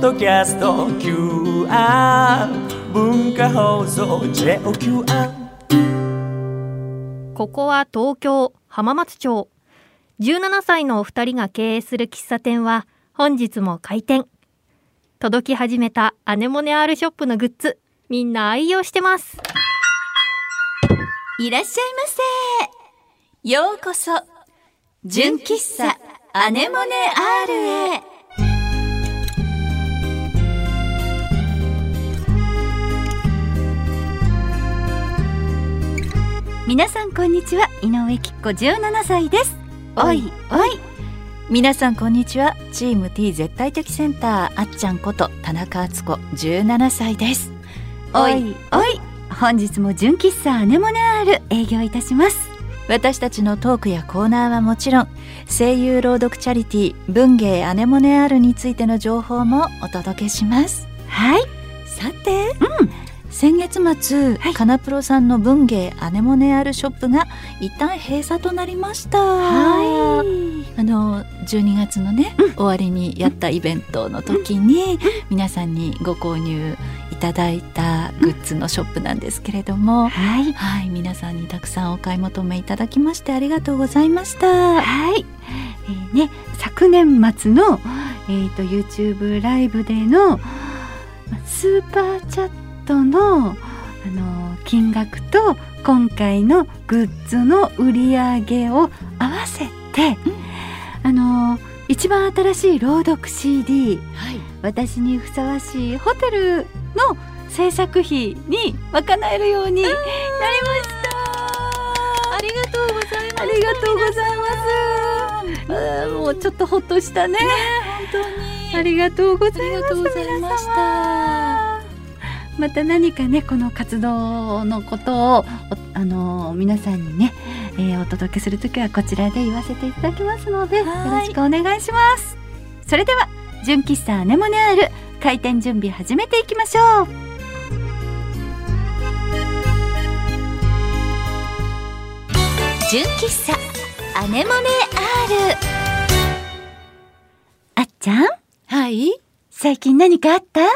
ドキャスト QR 文化放送 JOQR ここは東京浜松町17歳のお二人が経営する喫茶店は本日も開店届き始めたアネモネ R ショップのグッズみんな愛用してますいらっしゃいませ。ようこそ、純喫茶アネモネ R へ。皆さんこんにちは、井上きっ子17歳です。おいおい。皆さんこんにちは、チーム T 絶対的センターあっちゃんこと田中敦子17歳です。おいおい。本日も純喫茶アネモネアール営業いたします私たちのトークやコーナーはもちろん声優朗読チャリティー文芸アネモネアールについての情報もお届けしますはいさて先月末、かなプロさんの文芸アネモネアールショップが一旦閉鎖となりましたはいあの12月のね、終わりにやったイベントの時に、皆さんにご購入いただいたグッズのショップなんですけれども、はい、皆さんにたくさんお買い求めいただきましてありがとうございました。はい、えーね、昨年末の、えー、と YouTube ライブでのまあスーパーチャットの、あのー金額と今回のグッズの売り上げを合わせて、あのー一番新しい朗読 CD はい、私にふさわしいホテルの制作費に賄えるようになりましたありがとうございます。ありがとうございます。あーもうちょっとほっとしたね。本当あに。りがとうございありまがす。とうございました皆様。また何かねこの活動のことをおあのー皆さんにね、えーお届けするときはこちらで言わせていただきますのでよはいろしくお願いします。それでは純喫茶アネモネアール開店準備始めていきましょう。純喫茶アネモネアール。あっちゃんはい、最近何かあった？あ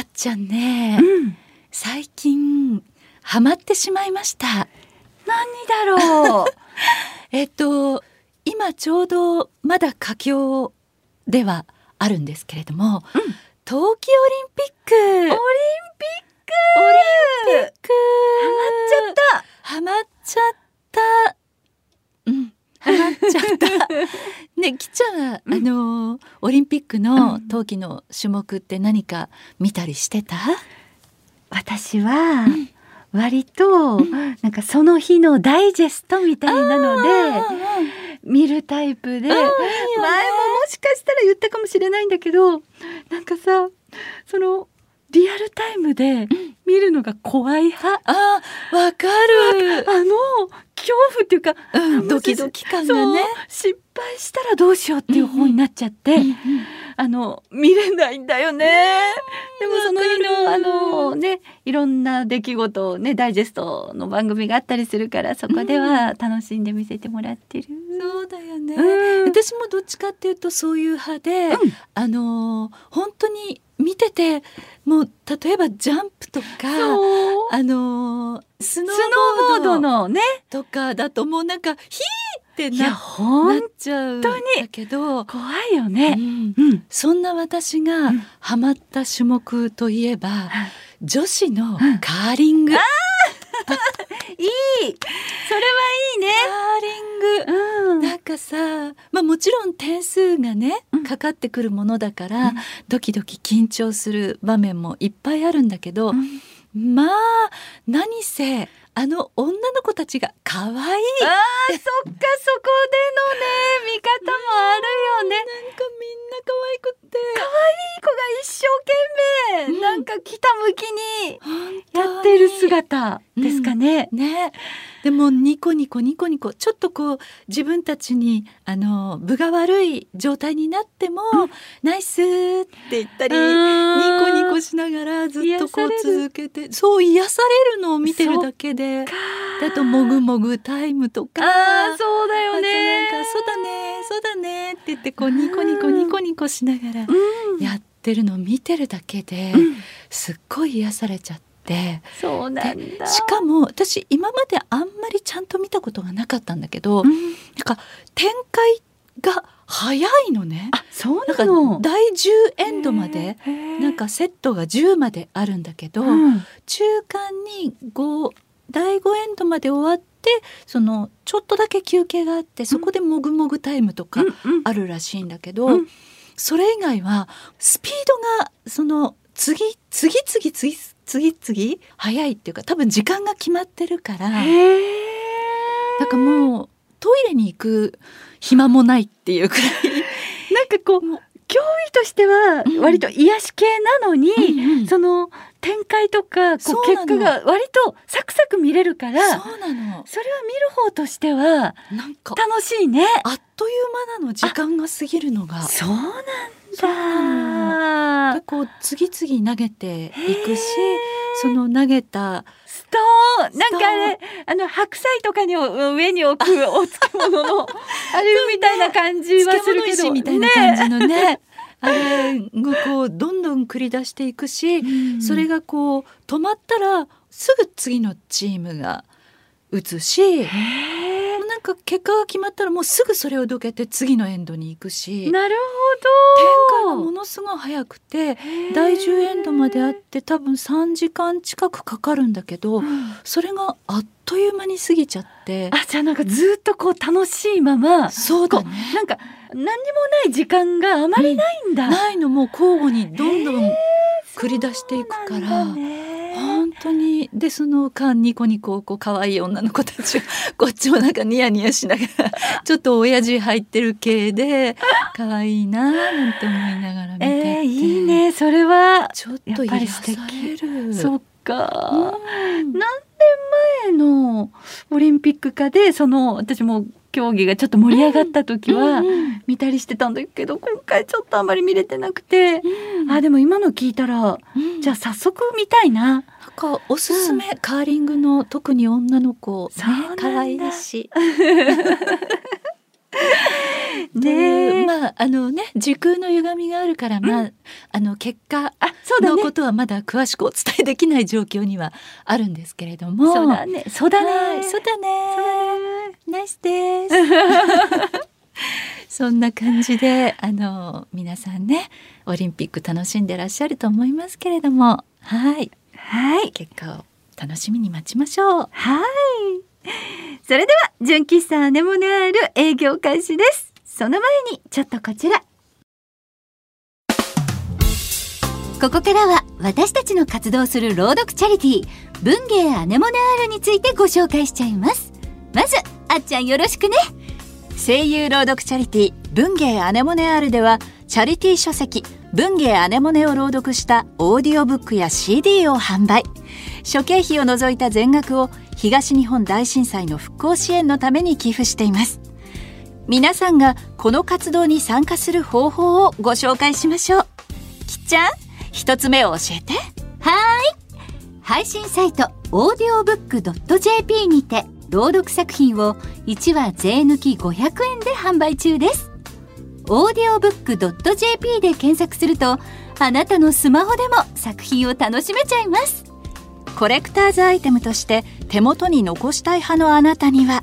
っちゃんね、ん。最近ハマってしまいました。何だろう。えっと今ちょうどまだ佳境ではあるんですけれども、冬季オリンピックオリンピックオリンピックハマっちゃったハマっちゃったうんハマっちゃ ったねきっちゃんは、あのーオリンピックの冬季の種目って何か見たりしてた、私は割となんかその日のダイジェストみたいなので見るタイプで前ももしかしたら言ったかもしれないんだけどなんかさそのリアルタイムで見るのが怖い派あーわかるあの恐怖っていうかうんドキドキ感がねそう失敗したらどうしようっていう方になっちゃって、あの見れないんだよね。でもその日のあわかるのねいろんな出来事をねダイジェストの番組があったりするからそこでは楽しんで見せてもらってる。そうだよね、うん私もどっちかっていうとそういう派で、うんあのー本当に見ててもう例えばジャンプとかそうあのースノスノーーボボーードドのねとかだともうなんかヒーっていやなな本っちゃうんだ当にけど、怖いようね。んうん。そんな私がうんハマった種目といえばはい女子のんカーリング、カそれはいいね。ーリングうん。なんかさ、まあ、もちろん点数がねうんかかってくるものだから、うんドキドキ緊張する場面もいっぱいあるんだけど、うんまあ何せあの女の子たちが可愛いあーそっかそこでのね見方もあるよね。なんかみんな可愛くって可愛い子が一生懸命、うんなんか来た向きに本当にやってる姿ですかね。ねでもニコニコニコニコちょっとこう自分たちにあの分が悪い状態になっても、ナイスって言ったり。ニコニコしながらずっとこう癒される続けてそう癒されるのを見てるだけでだともぐもぐタイムとかあーそうだよあとなんね。かそうだねそうだねって言ってこううんニコニコニコニコしながらうんやっってるのを見てるだけで、すっごい癒されちゃってそうなんだしかも私今まであんまりちゃんと見たことがなかったんだけど、うんなんか展開が早いのね。あそうなんかなの第10エンドまでなんかセットが10まであるんだけど、うん中間に5第5エンドまで終わってそのちょっとだけ休憩があってそこでもぐもぐタイムとかうんあるらしいんだけど、うんそれ以外はスピードがその次次次次次次早いっていうか多分時間が決まってるからなんへえかもうトイレに行く暇もないっていうくらい。なんかこう競技としてはうん割と癒し系なのに、うんうんその展開とかこうそうな結の果が割とサクサク見れるからそうなのそれは見る方としてはなんか楽しいね。あっという間なの時間が過ぎるのがそうなんそうなだで。こう次々投げていくしその投げたストーンなんかあれあの白菜とかにお上に置 くお漬物のあれみたいな感じはす漬る物けど石みたいな感じのねあれがこうどんどん繰り出していくし、それがこう止まったらすぐ次のチームが打つしもうなんか結果が決まったらもうすぐそれをどけて次のエンドに行くしなる展開ほがどものすごい早くて第10エンドまであって多分3時間近くかかるんだけど、んそれがあっという間に過ぎちゃってあじゃあなんかずっとこう楽しいままそうだねなんか何にもない時間があまりないんだ。ないのもう交互にどんどん繰り出していくから、なんだね本当にでその間ニコニコこう可愛い女の子たちがこっちもなんかニヤニヤしなが らちょっと親父入ってる系で可愛いなーなんて思いながら見てて、えー、いいねそれは。ちょっと癒されるそっか。うん前のオリンピックかでその私も競技がちょっと盛り上がった時はうん見たりしてたんだけど今回ちょっとあんまり見れてなくて。うんあでも今の聞いたらうんじゃあ早速見たいな。なんかおすすめ、カーリングの特に女の子そうなんだ可愛いし、といねうえ。まああのね時空の歪みがあるからまあ、あの結果あそうだのねこ。とはまだ詳しくお伝えできない状況にはあるんですけれども、そうだね。そうだはいね。そうだねナイス ですそんな感じであの皆さんねオリンピック楽しんでらっしゃると思いますけれどもはいはい。結果を楽しみに待ちましょうはい。それでは、純喫茶アネモネアール営業開始です。その前に、ちょっとこちら。ここからは私たちの活動する朗読チャリティー文芸アネモネアールについてご紹介しちゃいますまずあっちゃんよろしくね声優朗読チャリティー文芸アネモネアールではチャリティー書籍文芸アネモネを朗読したオーディオブックや CD を販売諸経費を除いた全額を東日本大震災の復興支援のために寄付しています皆さんがこの活動に参加する方法をご紹介しましょうきっちゃん一つ目を教えて配信サイトオーディオブック .jp にて朗読作品を1話税抜き500円で販売中ですオーディオブック .jp で検索するとあなたのスマホでも作品を楽しめちゃいますコレクターズアイテムとして手元に残したい派のあなたには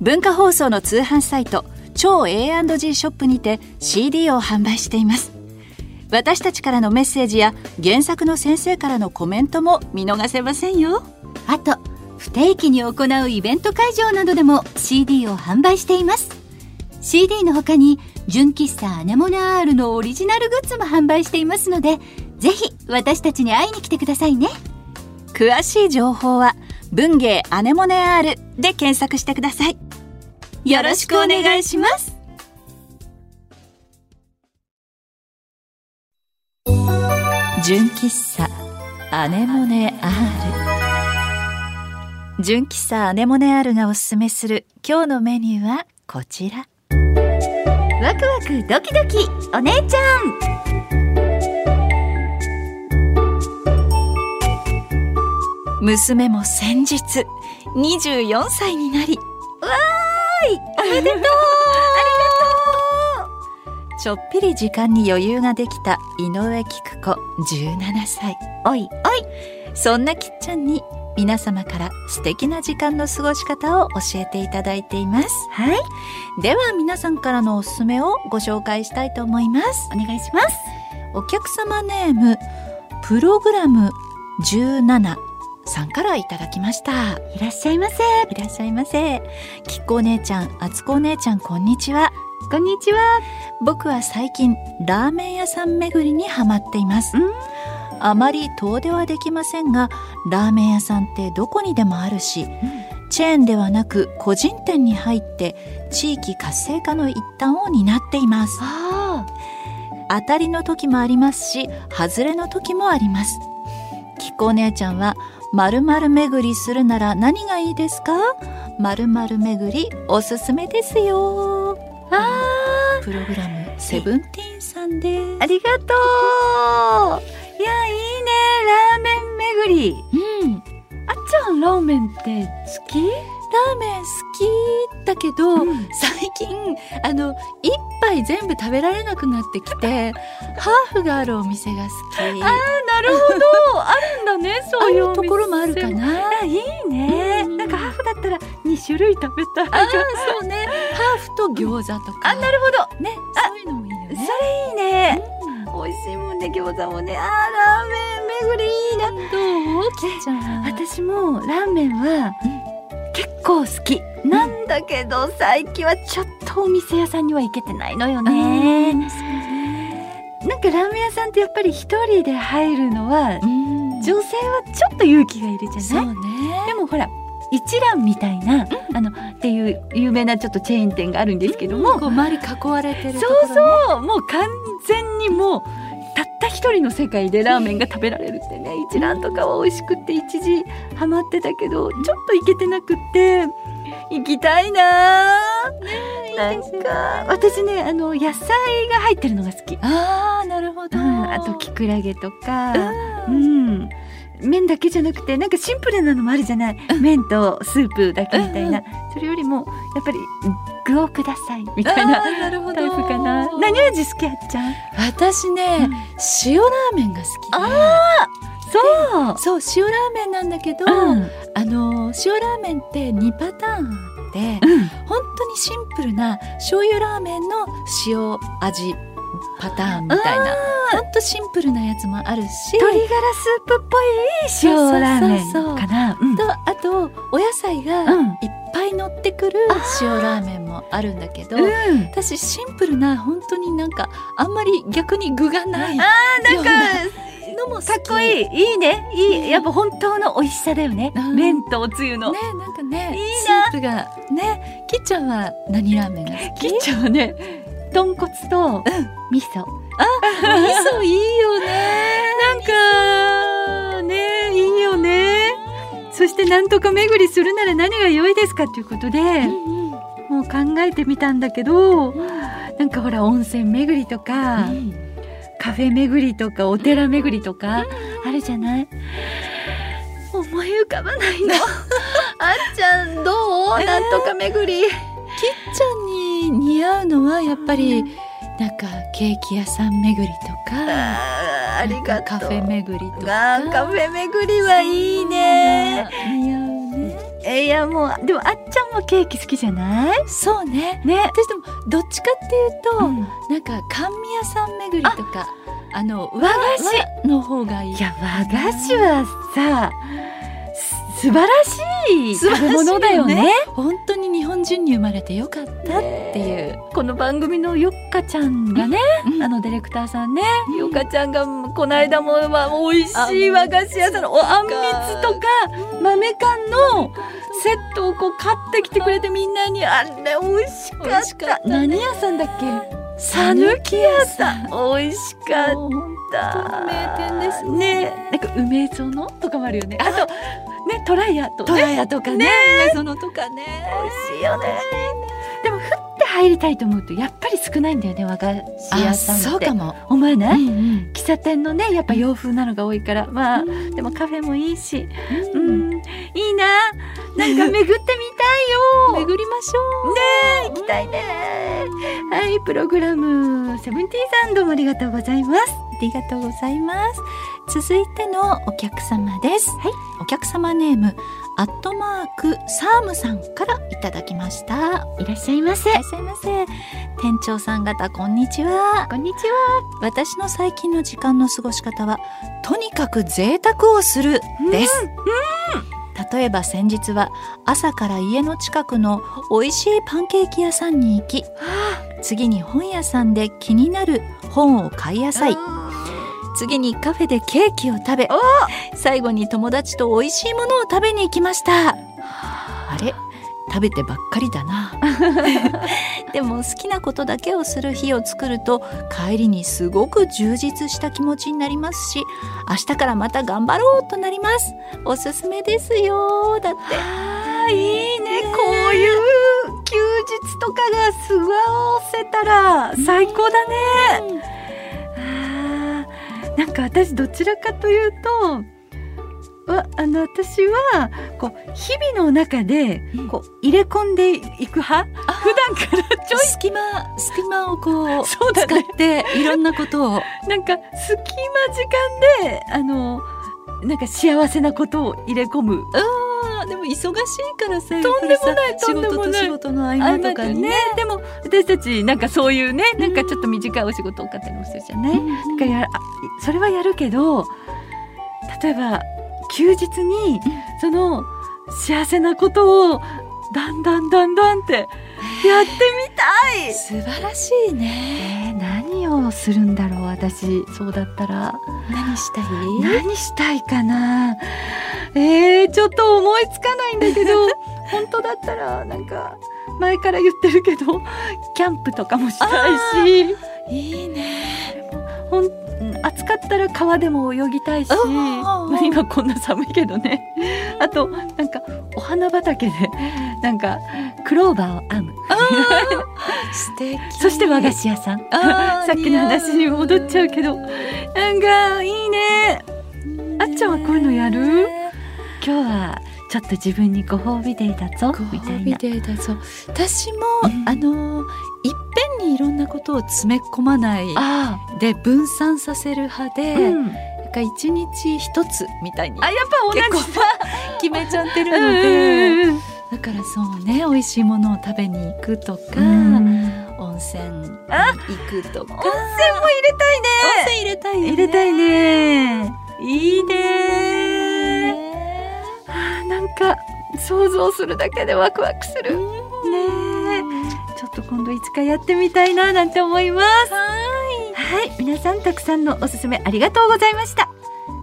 文化放送の通販サイト超 A&G ショップにて CD を販売しています私たちからのメッセージや原作の先生からのコメントも見逃せませんよあと不定期に行うイベント会場などでも CD を販売しています CD の他に純喫茶アネモネアールのオリジナルグッズも販売していますのでぜひ私たちに会いに来てくださいね詳しい情報は「文芸アネモネ R」で検索してくださいよろしくお願いします純喫茶アネモネ R 純喫茶アネモネ R がおすすめする今日のメニューはこちらワクワクドキドキお姉ちゃん娘も先日24歳 になりわーいおめでとうありがとうちょっぴり時間に余裕ができた井上菊子17歳おいおいそんなきっちゃんに皆様から素敵な時間の過ごし方を教えていただいていますはいでは皆さんからのおすすめをご紹介したいと思いますお願いしますお客様ネームプログラム17さんからいただきましたいらっしゃいませいらっしゃいませきっこお姉ちゃんあつこお姉ちゃんこんにちはこんにちは僕は最近ラーメン屋さん巡りにハマっていますうんあまり遠出はできませんがラーメン屋さんってどこにでもあるし、チェーンではなく個人店に入って地域活性化の一端を担っていますああ当たりの時もありますし外れの時もありますきこお姉ちゃんは〇〇巡りするなら何がいいですか〇〇巡りおすすめですよあプログラムセブンティーンさんですありがとういやいいねラーメン巡りうんラあっちゃんラーメンって好き、ーメン好きだけど、ん、最近あの一杯全部食べられなくなってきてハーフがあるお店が好きなるほどあるんだ ねそういうあるところもあるかなあいいね、うんなんかハーフだったら2種類食べたいああそうねハーフと餃子とか、あなるほどねそういうのもいいよねいいね、美味しいもんね餃子もねあーラーメン巡りいいなどうきっちゃん私もラーメンは結構好きなんだけど最近はちょっとお店屋さんには行けてないのよねなんかラーメン屋さんってやっぱり一人で入るのはうん女性はちょっと勇気がいるじゃそなういねでもほら一蘭みたいな、あのっていう有名なちょっとチェーン店があるんですけども、こう周り囲われてるとこそろ、うね、そうもう完全にもうたった一人の世界でラーメンが食べられるってね一蘭とかは美味しくって一時ハマってたけどちょっと行けてなくって行きたいなーなんか私ねあの野菜が入ってるのが好き、ああなるほうど、ん、あときくらげとかううんん麺だけじゃなくてなんかシンプルなのもあるじゃない麺とスープだけみたいなそれよりもやっぱり具をくださいみたいなあーなるほどタイプかな。何味好きやっちゃん？私ね、うん塩ラーメンが好きでそう。そう塩ラーメンなんだけど、うん。あの塩ラーメンって2パターンあって本当にシンプルな醤油ラーメンの塩味パターンみたいな本当シンプルなやつもあるし鶏ガラスープっぽい塩ラーメンかな。うんとあとお野菜がうんいっぱい乗ってくる塩ラーメンもあるんだけどうん。私シンプルな本当になんかあんまり逆に具がないよなんうかなのも好きかっこいい。いいね。いい。やっぱ本当の美味しさだよねう。ん麺とおつゆのね。なんかねいいスープがねきっちゃんは何ラーメンが好ききっちゃんはね、豚骨と味噌。味噌いいよねなんかねいいよね。そしてなんとか巡りするなら何が良いですかということで、もう考えてみたんだけど、なんかほら温泉巡りとか、カフェ巡りとかお寺巡りとか、あるじゃない思い浮かばない のあっちゃんどうなんとか巡り、きっちゃんに似合うのはやっぱりなんかケーキ屋さん巡りとかあーありがとカうフェ巡りとかあーカフェ巡りはいいね似合うねえいやもうでもあっちゃんもケーキ好きじゃないそうねね、私でもどっちかっていうと、うんなんか甘味屋さん巡りとかあの和和菓子和の方がいいいや和菓子はさす素晴らしい素晴らしいよね食べ物だよね本当に日本人に生まれてよかったっていう、この番組のよっかちゃんがね、うんあのディレクターさんね、うんよっかちゃんがこの間もまあ美味しい和菓子屋さんのおあんみつとか豆缶のセットをこう買ってきてくれてみんなにあれ美味しか美っ味しかったたね何屋さんだっけさぬき屋さん美味しかったもう本当名店ですねねなんか梅園とかもあるよねあとねトライアとドねラヤとかねねそのとかね美味しいよねでもふって入りたいと思うとやっぱり少ないんだよね和菓子屋あさんってそうかも、思わない、うんうん喫茶店のねやっぱ洋風なのが多いからまあ、うでもカフェもいいし、ううんんいいななんか巡ってみたい よ巡りましょう行きたいねはいプログラムセブンティーさんどうもありがとうございますありがとうございます続いてのお客様ですはい。お客様ネームアットマークサームさんからいただきましたいらっしゃいませいらっしゃいませ店長さん方こんにちはこんにちは私の最近の時間の過ごし方はとにかく贅沢をするです、例えば先日は朝から家の近くの美味しいパンケーキ屋さんに行き次に本屋さんで気になる本を買いあさい次にカフェでケーキを食べ最後に友達と美味しいものを食べに行きましたあれ食べてばっかりだ なでも好きなことだけをする日を作ると帰りにすごく充実した気持ちになりますし明日からまた頑張ろうとなりますおすすめですよだってあいいねこういう休日とかがすわをせたら最高だね、あーなんか私どちらかというとわあの私はこう日々の中でこう入れ込んでいく派、普段からちょい隙間隙間をこうそうだ使っねていろんな ことをなんか隙間時間であのなんか幸せなことを入れ込むあーでも忙しいからさとんでもないやっぱりさ仕事とんでもとない仕事の合間とかにねでも私たちなんかそういうねなんかちょっと短いお仕事多かったりもするじゃない、うんだからやらあそれはやるけど例えば休日にその幸せなことをだんだんだんだんってやってみたい、素晴らしいねえー何をするんだろう私そうだったら何したい何したいかなえー、ちょっと思いつかないんだけど 本当だったらなんか前から言ってるけどキャンプとかもしたいしいいねほんうん暑かったら川でも泳ぎたいしうんうんうんうん今こんな寒いけどねあとなんかお花畑でなんかクローバーを編む素敵そして和菓子屋さんあー さっきの話に戻っちゃうけどなんかいいねあっちゃんはこういうのやる今日はちょっと自分にご褒美デーだぞごみた褒い美な。デーだぞ私も、うんあのいっぺんにいろんなことを詰め込まないあで分散させる派で、あ、うん、なんか一日一つみたいにあやっぱ同じ結構だ。決めちゃってるのうんでうんうんだからそうね美味しいものを食べに行くとか、うん温泉に行くとか温泉も入れたいね。温泉入れたいよね入れたいね。いいね。ねあーなんか想像するだけでワクワクする。ねえちょっと今度いつかやってみたいななんて思います。はい。皆さんたくさんのおすすめありがとうございました。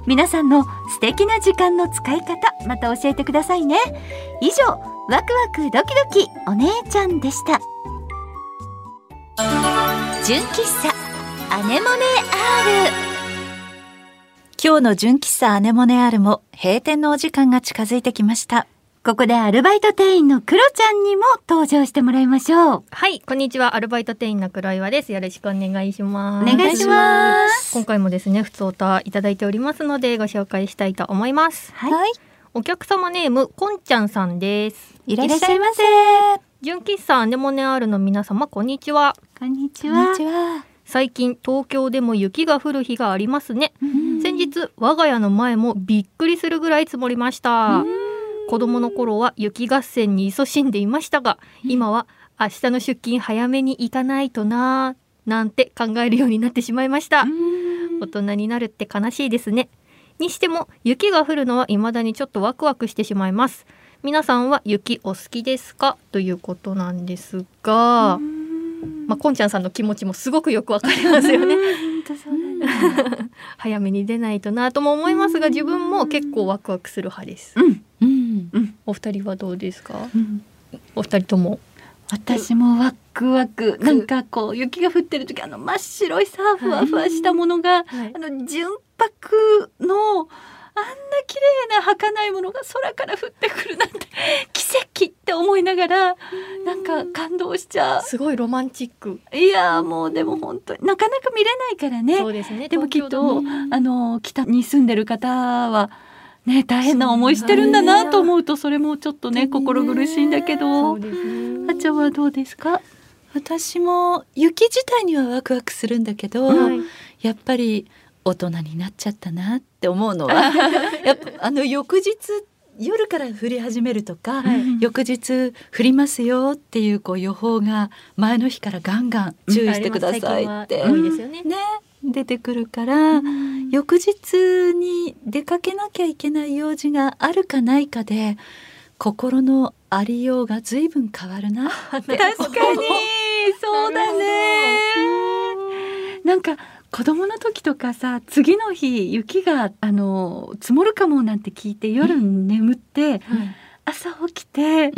皆さんの素敵な時間の使い方また教えてくださいね。以上ワクワクドキドキお姉ちゃんでした。純喫茶アネモネ今日の純喫茶アネモネアールも閉店のお時間が近づいてきましたここでアルバイト店員のクロちゃんにも登場してもらいましょう。はい、こんにちは。アルバイト店員の黒岩です。よろしくお願いします。。お願いします今回もですね、普通歌いただいておりますので、ご紹介したいと思います。はいお客様ネーム、こんちゃんさんです。いいらっしゃいませ。純喫茶アネモネアールの皆様、こんにちは。こんにちこんにちは最近、東京でも雪が降る日がありますね。先日、我が家の前もびっくりするぐらい積もりました。子供の頃は雪合戦に勤しんでいましたが、今は明日の出勤早めに行かないとなぁ、なんて考えるようになってしまいました。大人になるって悲しいですね。にしても、雪が降るのは未だにちょっとワクワクしてしまいます。皆さんは雪お好きですかということなんですが、まあ、こんちゃんさんの気持ちもすごくよくわかりますよ ね。本当そうだね。早めに出ないとなとも思いますが自分も結構ワクワクする派ですうん、うんお二人はどうですかお二人とも私もワクワクなんかこう雪が降ってる時あの真っ白いさふわふわしたものが、はいあの純白のあんな綺麗な儚いものが空から降ってくるなんて奇跡って思いながらなんか感動しちゃすごいロマンチックういやーもうでも本当になかなか見れないからねそうですねでもきっ東京だもとんあの北に住んでる方はね大変な思いしてるんだなと思うとそれもちょっとね心苦しいんだけど、あっちゃんはどうですか私も雪自体にはワクワクするんだけど、はいやっぱり大人になっちゃったなって思うの はやっぱあの翌日夜から降り始めるとか、はい翌日降りますよっていうこう予報が前の日からガンガン注意してくださいって、あります最近は多いですよね。ね出てくるから、翌日に出かけなきゃいけない用事があるかないかで心のありようが随分変わるなって確かに そうだねなんか子供の時とかさ次の日雪があの積もるかもなんて聞いて夜眠って、朝起きて、カー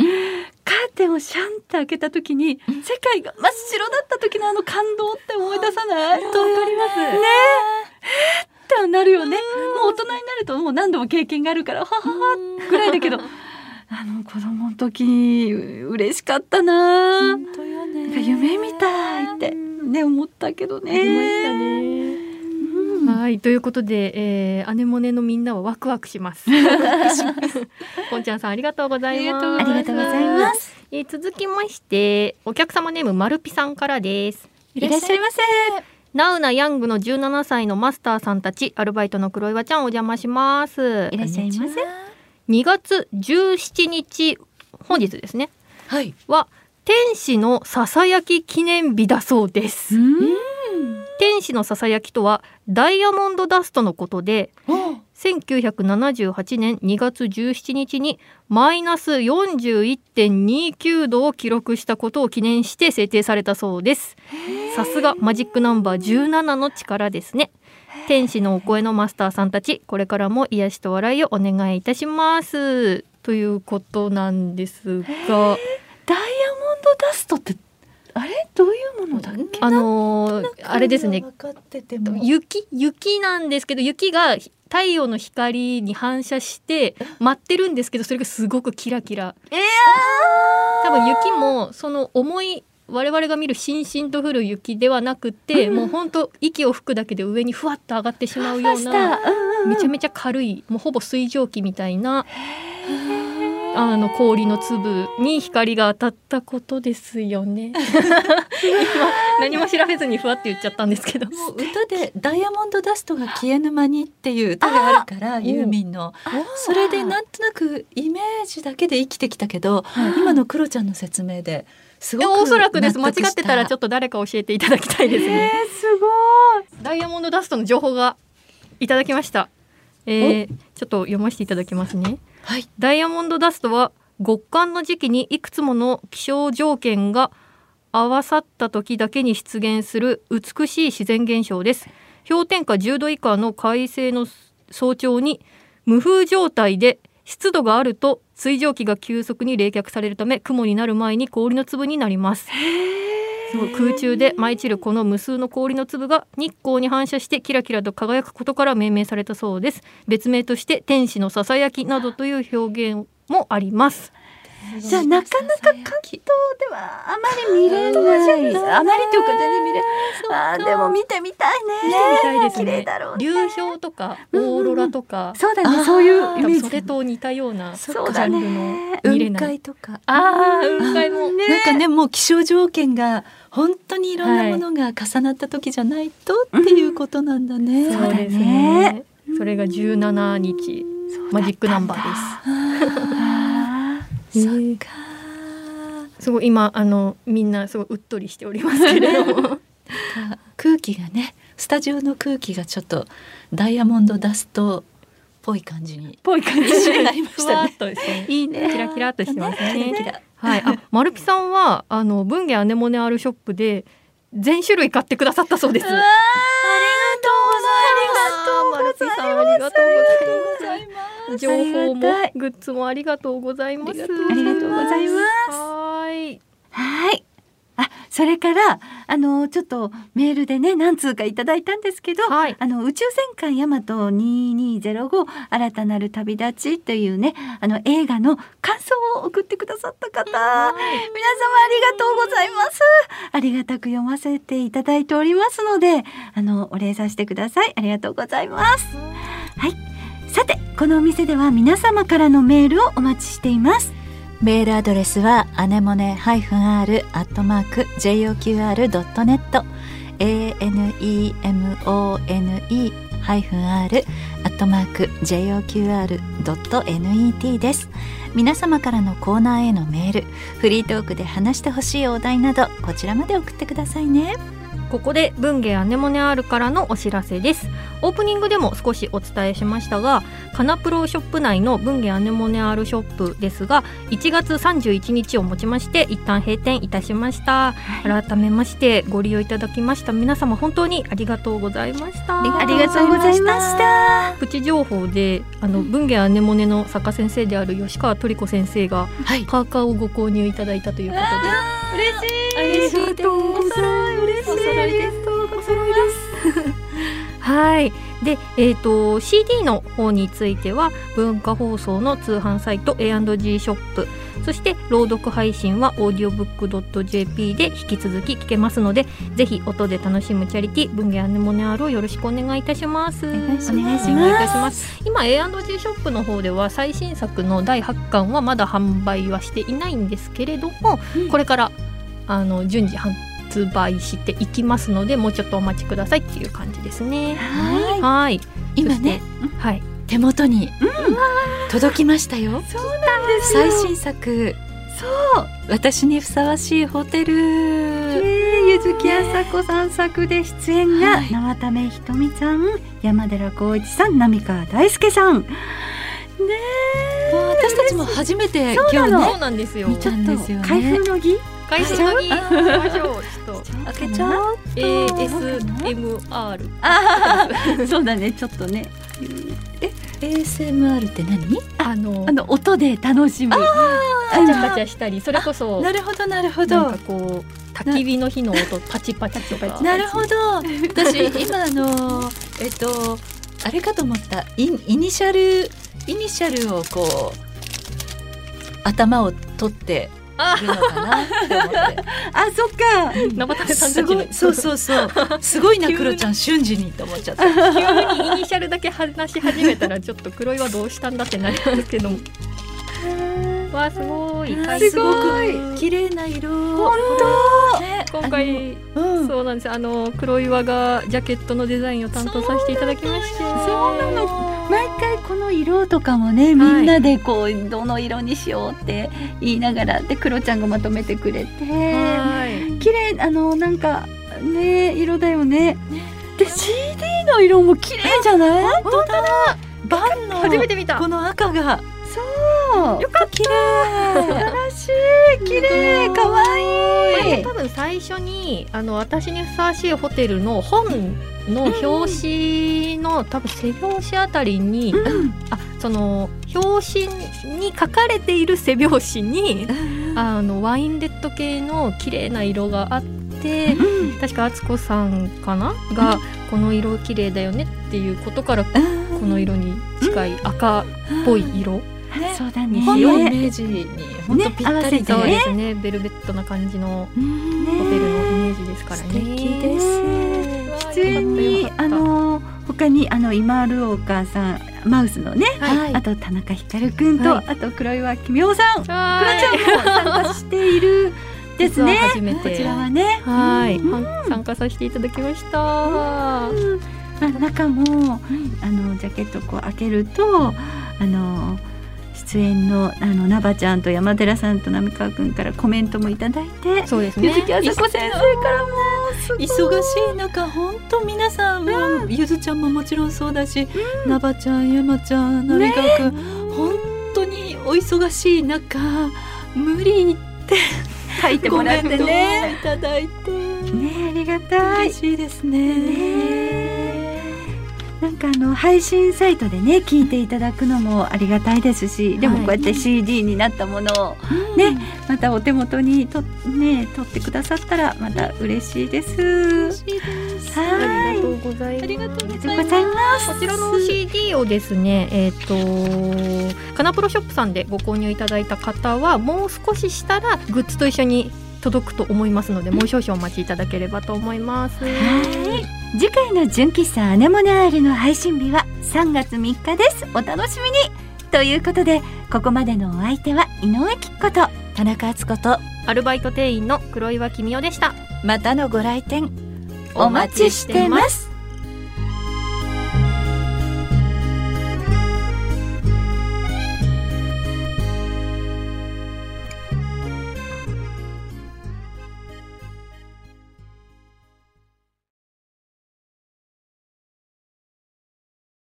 テンをシャンって開けた時に、世界が真っ白だった時のあの感動って思い出さないわかりますねえってなるよね、もう大人になるともう何度も経験があるからはははぐらいだけどあの子供の時嬉しかったな本当よね夢みたいってね思ったけどねはいということで、えー、アネモネのみんなはワクワクし ます。ポンちゃんさんありがとうございます。。ありがとうございますえー、続きましてお客様ネームマルピさんからです。いらっしゃいませナウナヤングの17歳のマスターさんたちアルバイトの黒岩ちゃんお邪魔します。いらっしゃいませ2月17日本日ですねはいは天使のささやき記念日だそうです。天使のささやきとはダイヤモンドダストのことで1978年2月17日にマイナス41.29度を記録したことを記念して制定されたそうですさすがマジックナンバー17の力ですね天使のお声のマスターさんたちこれからも癒しと笑いをお願いいたしますということなんですがダイヤモンドダストってあれどういうものだっけあのーあれですね分かってても雪雪なんですけど雪が太陽の光に反射して舞ってるんですけどそれがすごくキラキラえー多分雪もその重い我々が見るしんしんと降る雪ではなくて、もうほんと息を吹くだけで上にふわっと上がってしまうようなめちゃめちゃ軽いもうほぼ水蒸気みたいなあの氷の粒に光が当たったことですよ ね。今何も調べずにふわって言っちゃったんですけど。もう歌で「ダイヤモンドダストが消えぬ間に」っていう歌があるからユーミンのそれでなんとなくイメージだけで生きてきたけど今のクロちゃんの説明ですごくおそらくです間違ってたらちょっっと誰か教えていただきたいですね、すごいダイヤモンドダストの情報がいただきましたえー、ちょっと読ませていただきますねとはいダイヤモンドダストは極寒の時期にいくつもの気象条件が合わさった時だけに出現する美しい自然現象です氷点下10度以下の快晴の早朝に無風状態で湿度があると水蒸気が急速に冷却されるため雲になる前に氷の粒になりますすごい空中で舞い散るこの無数の氷の粒が日光に反射してキラキラと輝くことから命名されたそうです別名として天使のささやきなどという表現もありますじゃあなかなか関東ではあまり見れない。あまりというか全然見れない。あーでも見てみたいね。みたいですね綺麗だろうね。流氷とかオーロラとか、そうだあーね。そういうイ多分メーそれジ。と似たようなジそうャだンねルの見れ雲ない海とかあー雲海もなんかねもう気象条件が本当にいろんなものが重なった時じゃないとっていうことなんだね。んそうだねですねそれが17日マジックナンバーですそっかすごい今あのみんなすごいうっとりしておりますけれど も空気がねスタジオの空気がちょっとダイヤモンドダストっぽい感じにぽい感じになりましふたわねっとですねいいキラキラっとしてますね。キラキラはい、あ、マルピさんは、あの文芸アネモネアールショップで。全種類買ってくださったそうです。ありがとうございます。マルピさん、ありがとうございます。情報もありがたいグッズもありがとうございます。ありがとうございます。す。はい。はい。あ、それから、あの、ちょっとメールでね、何通かいただいたんですけど、はいあの、宇宙戦艦ヤマト2205新たなる旅立ちというね、あの、映画の感想を送ってくださった方、皆様ありがとうございます。ありがたく読ませていただいておりますので、あの、お礼させてください。ありがとうございます。はい。さて、このお店では皆様からのメールをお待ちしていますメールアドレスはアネモネ -r アットマーク JOQR.net anemone -r アットマーク JOQR.net です皆様からのコーナーへのメールフリートークで話してほしいお題などこちらまで送ってくださいねここで文芸アネモネ R からのお知らせですオープニングでも少しお伝えしましたがカナプロショップ内の文芸アネモネ R ショップですが1月31日をもちまして一旦閉店いたしました、改めましてご利用いただきました皆様本当にありがとうございましたありがとうございましたプチ情報であの文芸アネモネの作家先生である吉川トリコ先生がはいパーカーをご購入いただいたということで嬉しいありがとうございます嬉しいありがとうございますはいでえっ、と CD の方については文化放送の通販サイト A&G ショップそして朗読配信は audiobook.jp で引き続き聞けますのでぜひ音で楽しむチャリティ文芸アネモネアロをよろしくお願いいたしますお願いしますお願いいたします今 A&G ショップの方では最新作の第8巻はまだ販売はしていないんですけれども、これからあの順次発売していきますのでもうちょっとお待ちくださいっていう感じですねははい今ねはい手元に届きましたよ。そうなんですよ最新作。そう。私にふさわしいホテい、ル。ゆずきあさこさん作で出演が、はい生田目ひとみさん山寺宏一さん浪川大輔さんねえもう私たちも初めて今日そねうなんですよちょっなんとですよね開封の儀開封の儀行きましょうちょっと開けちゃおう。 ASMR そうだねちょっとね ASMR って何？あのあの音で楽しむカチャカチャしたりそれこそなるほどなるほなんどか。こう焚き火の火の音パチパチとかなるほど。私今あのえっとあれかと思ったインイニシャルイニシャルをこう頭を取っているのかなって思って。あそっか生田さ んすたちごのいそうそうそうすごいなクロちゃん瞬時にと思っちゃった急にイニシャルだけ話し始めたらちょっと黒いはどうしたんだってなりますけ どもわあすごいすごく綺麗な色本当、ね、今回うんそうなんですあの黒岩がジャケットのデザインを担当させていただきましてそうなの毎回この色とかもねみんなでこう、どの色にしようって言いながらでクロちゃんがまとめてくれてはい綺麗あのなんかね色だよねで CD の色も綺麗じゃない本当だバンの初めて見たこの赤がそうよかった綺麗らしい綺麗可愛い多分最初にあの私にふさわしいホテルの本の表紙の多分背表紙あたりに、あその表紙に書かれている背表紙にあのワインレッド系の綺麗な色があって、確か敦子さんかなが、この色綺麗だよねっていうことからこの色に近い赤っぽい色、ねそうだね本のイメージに本当ぴったりで、そうねですねベルベットな感じのホテルのイメージですからね。素敵ですわあ出演よにかったあよかっの他にあの今あるお母さんマウスのね、はいあと田中ひかるくんと、はあと黒岩君雄さたんクロはちゃんも参加しているいです実ね。は初めこちてらはね、はい、う参加させていただきました。まあ、中もあのジャケットをこう開けるとあの出演のあのナバちゃんと山寺さんと浪川くんからコメントもいただいて、そうですゆねず。きあさこ先生からもすごい忙しい中本当皆さんも、ゆずちゃんももちろんそうだし、なばちゃんやまちゃんなみかわくん、本当にお忙しい中無理に書いてもらってコメンね。トをいただいてねありがたい嬉。しいですね。なんかあの配信サイトでね聞いていただくのもありがたいですしでもはいこうやって CD になったものを、ねまたお手元にとね取ってくださったらまた嬉しいです。嬉しいです。あはりがというございます。ありがとうあごりざいまがとうごすざいます。こちらの CD をですね、えっ、と、カナプロショップさんでご購入いただいた方は、もう少ししたらグッズと一緒に届くと思いますので、もう少々お待ちいただければと思います。はい次回の純喫茶アネモネアールの配信日は3月3日ですお楽しみにということでここまでのお相手は井上貴子と田中敦子とアルバイト店員の黒岩君代でしたまたのご来店お待ちしてます